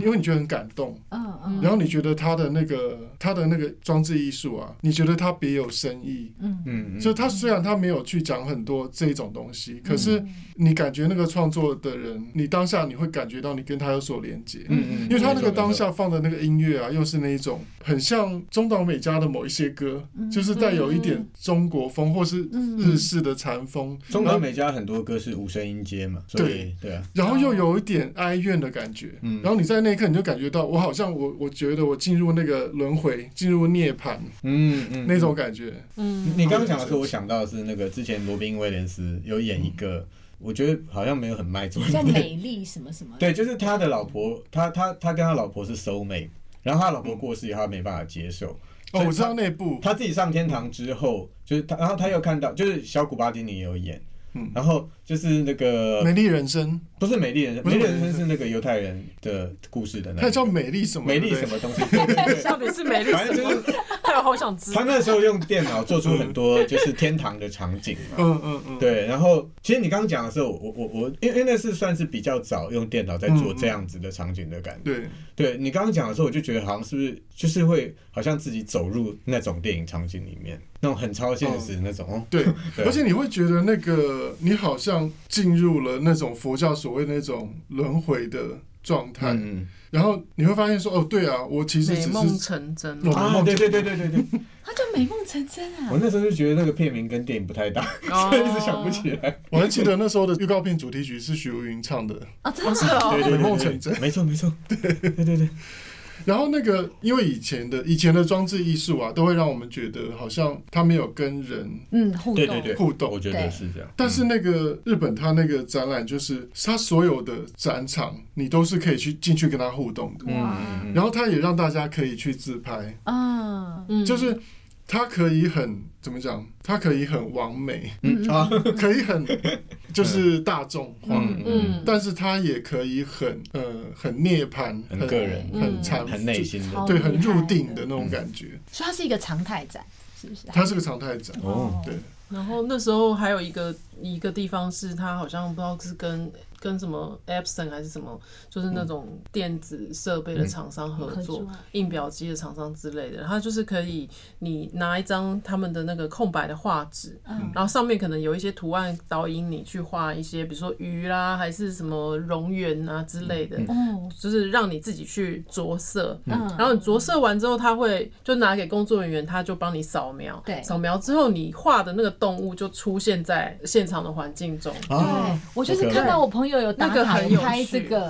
[SPEAKER 3] 因为你觉得很感动，
[SPEAKER 4] 嗯嗯
[SPEAKER 3] 然后你觉得他的那个他的那个装置艺术啊，你觉得他别有深意。
[SPEAKER 5] 嗯，
[SPEAKER 3] 就他虽然他没有去讲很多这种东西，可是
[SPEAKER 4] 嗯
[SPEAKER 3] 你感觉那个创作的人，你当下你会感觉到你跟他有所连接。
[SPEAKER 5] 嗯嗯，
[SPEAKER 3] 因为他那个当下放的那个音乐啊，又是那一种很像中岛美嘉的某一些歌，就是带有一点中国风或是日式的禅风，
[SPEAKER 5] 中岛美嘉很多歌是无声音阶嘛，所以对啊，
[SPEAKER 3] 然后又有一点哀怨的感觉。
[SPEAKER 5] 嗯
[SPEAKER 3] 然后你在那一刻你就感觉到，我好像我我觉得我进入那个轮回，进入涅槃
[SPEAKER 5] 嗯嗯，
[SPEAKER 3] 那种感觉。
[SPEAKER 2] 嗯，
[SPEAKER 5] 你刚刚讲的时候，我想到的是那个之前罗宾威廉斯有演一
[SPEAKER 3] 嗯
[SPEAKER 5] 个，我觉得好像没有很卖座
[SPEAKER 4] 叫
[SPEAKER 5] 的
[SPEAKER 4] 美丽什么什么，
[SPEAKER 5] 对，就是他的老婆，他他他跟他老婆是 soul mate，然后他老婆过世以后，他没办法接受。所
[SPEAKER 3] 哦
[SPEAKER 5] 以，
[SPEAKER 3] 我知道
[SPEAKER 5] 他
[SPEAKER 3] 那部，
[SPEAKER 5] 他自己上天堂之后，就是他，然后他又看到，就是小古巴丁尼也有演，
[SPEAKER 3] 嗯
[SPEAKER 5] 然后就是那个
[SPEAKER 3] 美丽人生，
[SPEAKER 5] 不是美丽人生，
[SPEAKER 3] 不
[SPEAKER 5] 美
[SPEAKER 3] 是
[SPEAKER 5] 丽
[SPEAKER 3] 美丽
[SPEAKER 5] 人生
[SPEAKER 3] 人
[SPEAKER 5] 是那个犹太人的故事的那
[SPEAKER 3] 它
[SPEAKER 5] 个，
[SPEAKER 3] 叫美丽什么？
[SPEAKER 5] 美丽
[SPEAKER 3] 对不对
[SPEAKER 5] 什？么东西？对对对
[SPEAKER 2] 到底是美丽
[SPEAKER 5] 反
[SPEAKER 2] 什
[SPEAKER 5] 正就是
[SPEAKER 2] 么？哎，我好想知
[SPEAKER 5] 他
[SPEAKER 2] 道。
[SPEAKER 5] 那时候用电脑做出很多就是天堂的场景嘛，
[SPEAKER 3] 嗯嗯嗯，
[SPEAKER 5] 对，然后其实你刚刚讲的时候，我我我，因为因为那是算是比较早用电脑在做这样子的场景的感觉。
[SPEAKER 3] 对，
[SPEAKER 5] 对你刚刚讲的时候，我就觉得好像是不是就是会好像自己走入那种电影场景里面，那种很超现实的那种。哦
[SPEAKER 3] 对，
[SPEAKER 5] 对
[SPEAKER 3] 而且你会觉得那个你好像进入了那种佛教所谓那种轮回的状态，
[SPEAKER 5] 嗯，
[SPEAKER 3] 然后你会发现说，哦，对啊，我其实
[SPEAKER 2] 美
[SPEAKER 3] 只
[SPEAKER 2] 梦
[SPEAKER 3] 是
[SPEAKER 2] 成真
[SPEAKER 3] 我们
[SPEAKER 5] 啊，
[SPEAKER 3] 梦
[SPEAKER 5] 对对对对对对，
[SPEAKER 4] 它叫美梦成真啊
[SPEAKER 5] 我，那时候就觉得那个片名跟电影不太搭，
[SPEAKER 2] 哦
[SPEAKER 5] 所以 一直想不起来。
[SPEAKER 3] 我还记得那时候的预告片主题曲是许茹芸唱的，
[SPEAKER 4] 啊真的
[SPEAKER 2] 是哦，
[SPEAKER 5] 对对对对
[SPEAKER 3] 美梦成真
[SPEAKER 5] 没错没错，对对对对，
[SPEAKER 3] 然后那个，因为以前的以前的装置艺术啊，都会让我们觉得好像他没有跟人，
[SPEAKER 4] 嗯互动
[SPEAKER 5] 对对对，
[SPEAKER 3] 互动
[SPEAKER 5] 我觉得是这样。
[SPEAKER 3] 但是那个日本他那个展览，就是他所有的展场，你都是可以去进去跟他互动的。
[SPEAKER 5] 嗯嗯嗯
[SPEAKER 3] 然后他也让大家可以去自拍，
[SPEAKER 4] 啊
[SPEAKER 2] 嗯
[SPEAKER 3] 就是他可以很怎么讲，他可以很完美，
[SPEAKER 5] 嗯啊
[SPEAKER 3] 可以很就是大众化，
[SPEAKER 5] 嗯嗯
[SPEAKER 2] 嗯，
[SPEAKER 3] 但是他也可以很呃很涅槃，
[SPEAKER 5] 很个人
[SPEAKER 3] 很
[SPEAKER 2] 嗯
[SPEAKER 3] 禅，
[SPEAKER 5] 很内心嗯的
[SPEAKER 4] 好
[SPEAKER 3] 对，
[SPEAKER 4] 厉
[SPEAKER 3] 很入
[SPEAKER 4] 害
[SPEAKER 3] 定
[SPEAKER 4] 的
[SPEAKER 3] 的那种感觉。
[SPEAKER 4] 所以它是一个常态展，是不是？
[SPEAKER 3] 它是个常态展，
[SPEAKER 5] 哦
[SPEAKER 3] 对。
[SPEAKER 2] 然后那时候还有一个一个地方是他好像不知道是跟跟什么 Epson 还是什么，就是那种电子设备的厂商合
[SPEAKER 4] 合
[SPEAKER 2] 作啊
[SPEAKER 4] 作，
[SPEAKER 2] 印表机的厂商之类的，它就是可以你拿一张他们的那个空白的画纸，
[SPEAKER 4] 嗯
[SPEAKER 2] 然后上面可能有一些图案导引你去画一些，比如说鱼啦，还是什么蝾螈啊之类的，
[SPEAKER 4] 哦，
[SPEAKER 2] 就是让你自己去着色，
[SPEAKER 4] 嗯
[SPEAKER 2] 然后你着色完之后，他会就拿给工作人员，他就帮你扫描。
[SPEAKER 4] 对
[SPEAKER 2] 扫描之后你画的那个动物就出现在现场的环境中。
[SPEAKER 4] 对
[SPEAKER 5] 啊，，
[SPEAKER 4] 我就是
[SPEAKER 5] 不可能
[SPEAKER 4] 看到我朋友有打
[SPEAKER 2] 那个
[SPEAKER 4] 卡
[SPEAKER 2] 很
[SPEAKER 4] 有
[SPEAKER 2] 有
[SPEAKER 4] 拍
[SPEAKER 2] 趣
[SPEAKER 4] 这个，然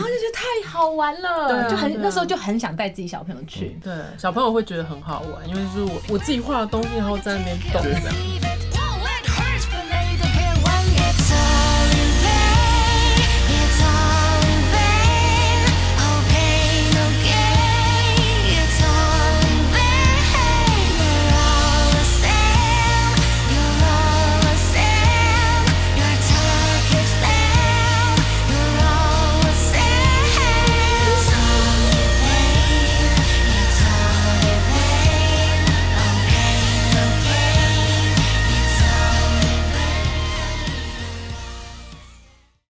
[SPEAKER 4] 后就觉得太好玩
[SPEAKER 2] 对
[SPEAKER 4] 了，
[SPEAKER 2] 啊
[SPEAKER 4] 就很
[SPEAKER 2] 对啊
[SPEAKER 4] 那时候就很想带自己小朋友去。
[SPEAKER 2] 对，小朋友会觉得很好玩，因为就是我我自己画的东西，然后在那边动这样。
[SPEAKER 1] Baby,